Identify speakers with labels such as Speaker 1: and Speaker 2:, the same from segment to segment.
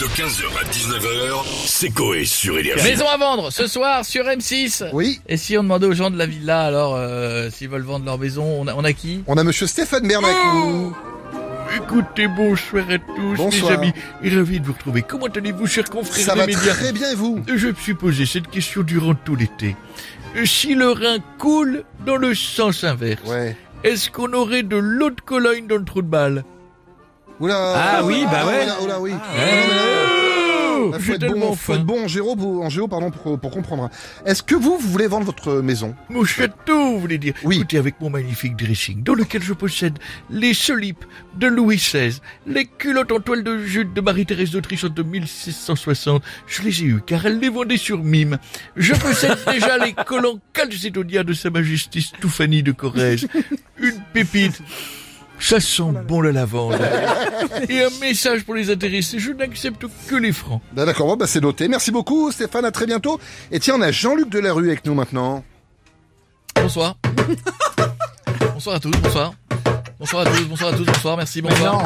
Speaker 1: De 15h à 19h, c'est Coé sur Énergie.
Speaker 2: Maison à vendre ce soir sur M6.
Speaker 3: Oui,
Speaker 2: Et si on demandait aux gens de la villa, alors euh, s'ils veulent vendre leur maison, on a, on a qui
Speaker 3: on a monsieur Stéphane Bernacou.
Speaker 4: Écoutez, bonsoir à tous,
Speaker 3: Bonsoir.
Speaker 4: mes amis, et ravi de vous retrouver. Comment allez-vous, chers confrères
Speaker 3: Ça
Speaker 4: des
Speaker 3: va
Speaker 4: médias
Speaker 3: très bien et vous
Speaker 4: Je me suis posé cette question durant tout l'été. Euh, Si le Rhin coule dans le sens inverse,
Speaker 3: Ouais.
Speaker 4: est-ce qu'on aurait de l'eau de Cologne dans le trou de balle
Speaker 3: Oula.
Speaker 5: Ah oui, bah
Speaker 3: Ah,
Speaker 5: ouais.
Speaker 3: oula, oula, oui.
Speaker 4: Oh,
Speaker 3: Bah, faut
Speaker 4: J'ai
Speaker 3: être
Speaker 4: tellement
Speaker 3: bon, faut
Speaker 4: faim.
Speaker 3: être bon en géo, pour, en géo, pardon, pour, pour comprendre. Est-ce que vous, vous voulez vendre votre maison
Speaker 4: Mon château, vous voulez dire
Speaker 3: Oui.
Speaker 4: Écoutez, avec mon magnifique dressing, dans lequel je possède les solipes de Louis XVI, les culottes en toile de jute de Marie-Thérèse d'Autriche en 1660, je les ai eues car elle les vendait sur mime. Je possède déjà les collants calcédoniens de Sa Majesté Stouphanie de Corrèze. Une pépite ça sent bon la lavande. Et un message pour les intéressés, je n'accepte que les francs.
Speaker 3: Bah, D'accord, bon, bah, c'est noté. Merci beaucoup Stéphane, à très bientôt. Et tiens, on a Jean-Luc Delarue avec nous maintenant.
Speaker 2: Bonsoir. bonsoir à tous, bonsoir. Bonsoir à tous, bonsoir à tous, bonsoir, merci, bonsoir.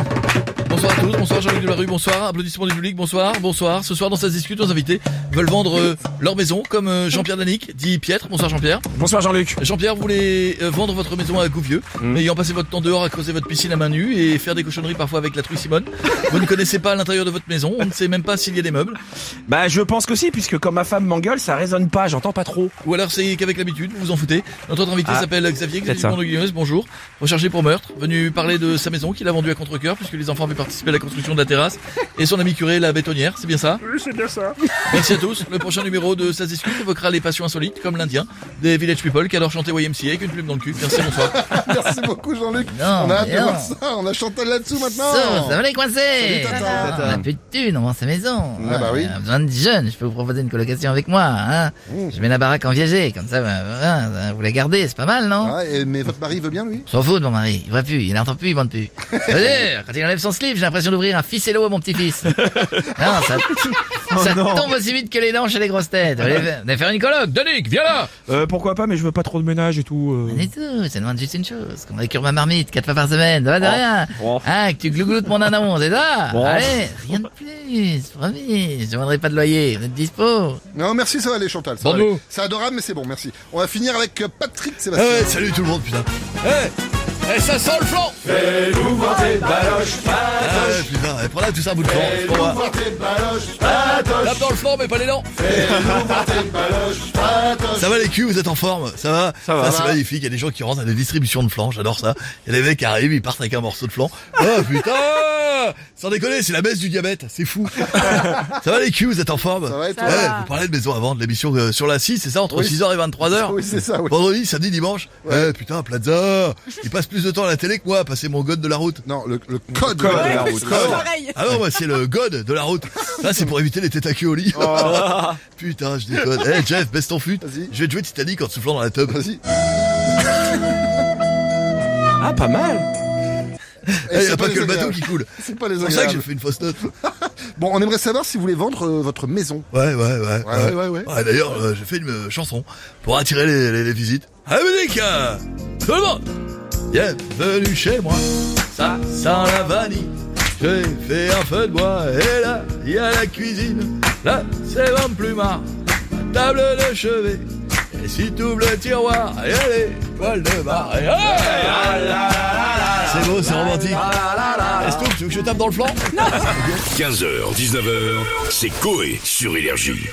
Speaker 2: Bonsoir à tous, bonsoir Jean-Luc Delarue, bonsoir, applaudissements du public, bonsoir, bonsoir. Ce soir dans sa discute, nos invités veulent vendre euh, leur maison comme euh, Jean-Pierre Danic, dit Piètre. Bonsoir Jean-Pierre.
Speaker 5: Bonsoir Jean-Luc.
Speaker 2: Jean-Pierre voulait euh, vendre votre maison à Gouvieux, mais ayant passé votre temps dehors à creuser votre piscine à main nue et faire des cochonneries parfois avec la truie Simone. Vous ne connaissez pas l'intérieur de votre maison, on ne sait même pas s'il y a des meubles.
Speaker 5: Bah je pense que si, puisque comme ma femme m'engueule, ça résonne pas, j'entends pas trop.
Speaker 2: Ou alors c'est qu'avec l'habitude, vous vous en foutez. Notre autre invité
Speaker 5: Ah,
Speaker 2: s'appelle Xavier, Xavier
Speaker 5: peut-être ça.
Speaker 2: Dupont-Guillaume, bonjour. Rechargé pour meurtre, venu parler de sa maison qu'il a vendue à contre-cœur puisque les enfants avaient participé à la construction de la terrasse et son ami curé la bétonnière, c'est bien ça
Speaker 6: Oui, c'est bien ça.
Speaker 2: Merci à tous. Le prochain numéro de Ça se discute évoquera les passions insolites comme l'Indien, des village people qui adorent chanter YMCA avec une plume dans le cul. Merci, bonsoir.
Speaker 3: Merci beaucoup Jean-Luc.
Speaker 2: Non,
Speaker 3: on a hâte
Speaker 2: mais
Speaker 3: de
Speaker 2: non.
Speaker 3: voir ça. On a Chantal là-dessous maintenant.
Speaker 7: va hein. les coincer
Speaker 3: Salut, Tata.
Speaker 7: On a plus de thunes, on vend sa maison.
Speaker 3: Ah bah oui.
Speaker 7: On a besoin de jeunes, je peux vous proposer une colocation avec moi. Hein.
Speaker 3: Mmh.
Speaker 7: Je mets la baraque en viager, comme ça, bah, voilà, vous la gardez, c'est pas mal, non
Speaker 3: Ah, et- mais votre mari veut bien lui
Speaker 7: On S'en fout de mon mari, il voit plus, il n'entend plus, il vend plus. D'ailleurs, quand il enlève son slip, j'ai l'impression d'ouvrir un ficello à mon petit-fils. Non, ça,
Speaker 3: Oh
Speaker 7: ça tombe aussi vite que les dents chez les grosses têtes. Vous allez faire- vous allez faire une colloque, Danick, viens là
Speaker 5: Euh, pourquoi pas, mais je veux pas trop de ménage et tout. euh.
Speaker 7: Pas du tout, ça demande juste une chose, qu'on récure ma marmite quatre fois par semaine, ça va de rien
Speaker 5: oh.
Speaker 7: Ah, que tu glougloutes mon ananon, c'est ça
Speaker 5: Bon.
Speaker 7: Allez, rien de plus, promis, je demanderai pas de loyer, vous êtes dispo
Speaker 3: Non, merci, ça va aller Chantal. ça va
Speaker 2: Bravo.
Speaker 3: aller. C'est adorable, mais c'est bon, merci. On va finir avec euh, Patrick
Speaker 2: Ah
Speaker 3: Sébastien.
Speaker 2: ouais, salut tout le monde, putain. Eh, eh, ça sent le flanc Ah ouais, putain, eh, prends là tout ça à bout de flanc. c'est pour moi. Tape dans le flanc, mais pas l'élan. Ça va les culs, vous êtes en forme Ça va Ça
Speaker 5: va.
Speaker 2: c'est magnifique, il y a des gens qui rentrent à des distributions de flanc, j'adore ça. Il y a des mecs qui arrivent, ils partent avec un morceau de flanc. Oh putain Sans déconner, c'est la baisse du diabète, c'est fou. ça va les culs, vous êtes en forme
Speaker 3: Ça va et toi
Speaker 2: Ouais, vous parlez de maison avant de l'émission euh, sur la 6, c'est ça, entre
Speaker 3: Oui.
Speaker 2: 6h et 23h
Speaker 3: Ah Oui, c'est ça, oui.
Speaker 2: Vendredi, samedi, dimanche. Eh, putain, Plaza, il passe plus de temps à la télé que moi à passer mon god de la route.
Speaker 3: Non, le, le code,
Speaker 5: code de la
Speaker 3: le
Speaker 5: route.
Speaker 3: code.
Speaker 2: Ah non, moi, c'est le god de la route. Ça, c'est pour éviter les têtes à queue au lit. Putain, je déconne. Eh, Jeff, baisse ton fut.
Speaker 3: Oh. Vas-y.
Speaker 2: Je vais te jouer Titanic en te soufflant dans la tub.
Speaker 3: Vas-y.
Speaker 5: Ah pas mal.
Speaker 2: Eh, y
Speaker 3: c'est
Speaker 2: a pas que le
Speaker 3: désagréable.
Speaker 2: bateau qui coule.
Speaker 3: C'est pas les
Speaker 2: C'est pour ça que j'ai
Speaker 3: agréables.
Speaker 2: fait une fausse note.
Speaker 3: Bon, on aimerait savoir si vous voulez vendre euh, votre maison.
Speaker 2: Ouais, ouais, ouais.
Speaker 3: ouais, ouais, ouais.
Speaker 2: D'ailleurs, euh, j'ai fait une euh, chanson pour attirer les, les- les visites. Ah, musique euh, Tout le monde Bienvenue chez moi, ça sent la vanille. J'ai fait un feu de bois et là, il y a la cuisine. Là, c'est mon plumard, la table de chevet. Et si t'ouvres le tiroir, il y a les poils de bar. Et ah hey c'est beau, c'est romantique. Est-ce que tu veux que je tape dans le flanc
Speaker 1: 15h, 19h, c'est Coé sur Énergie.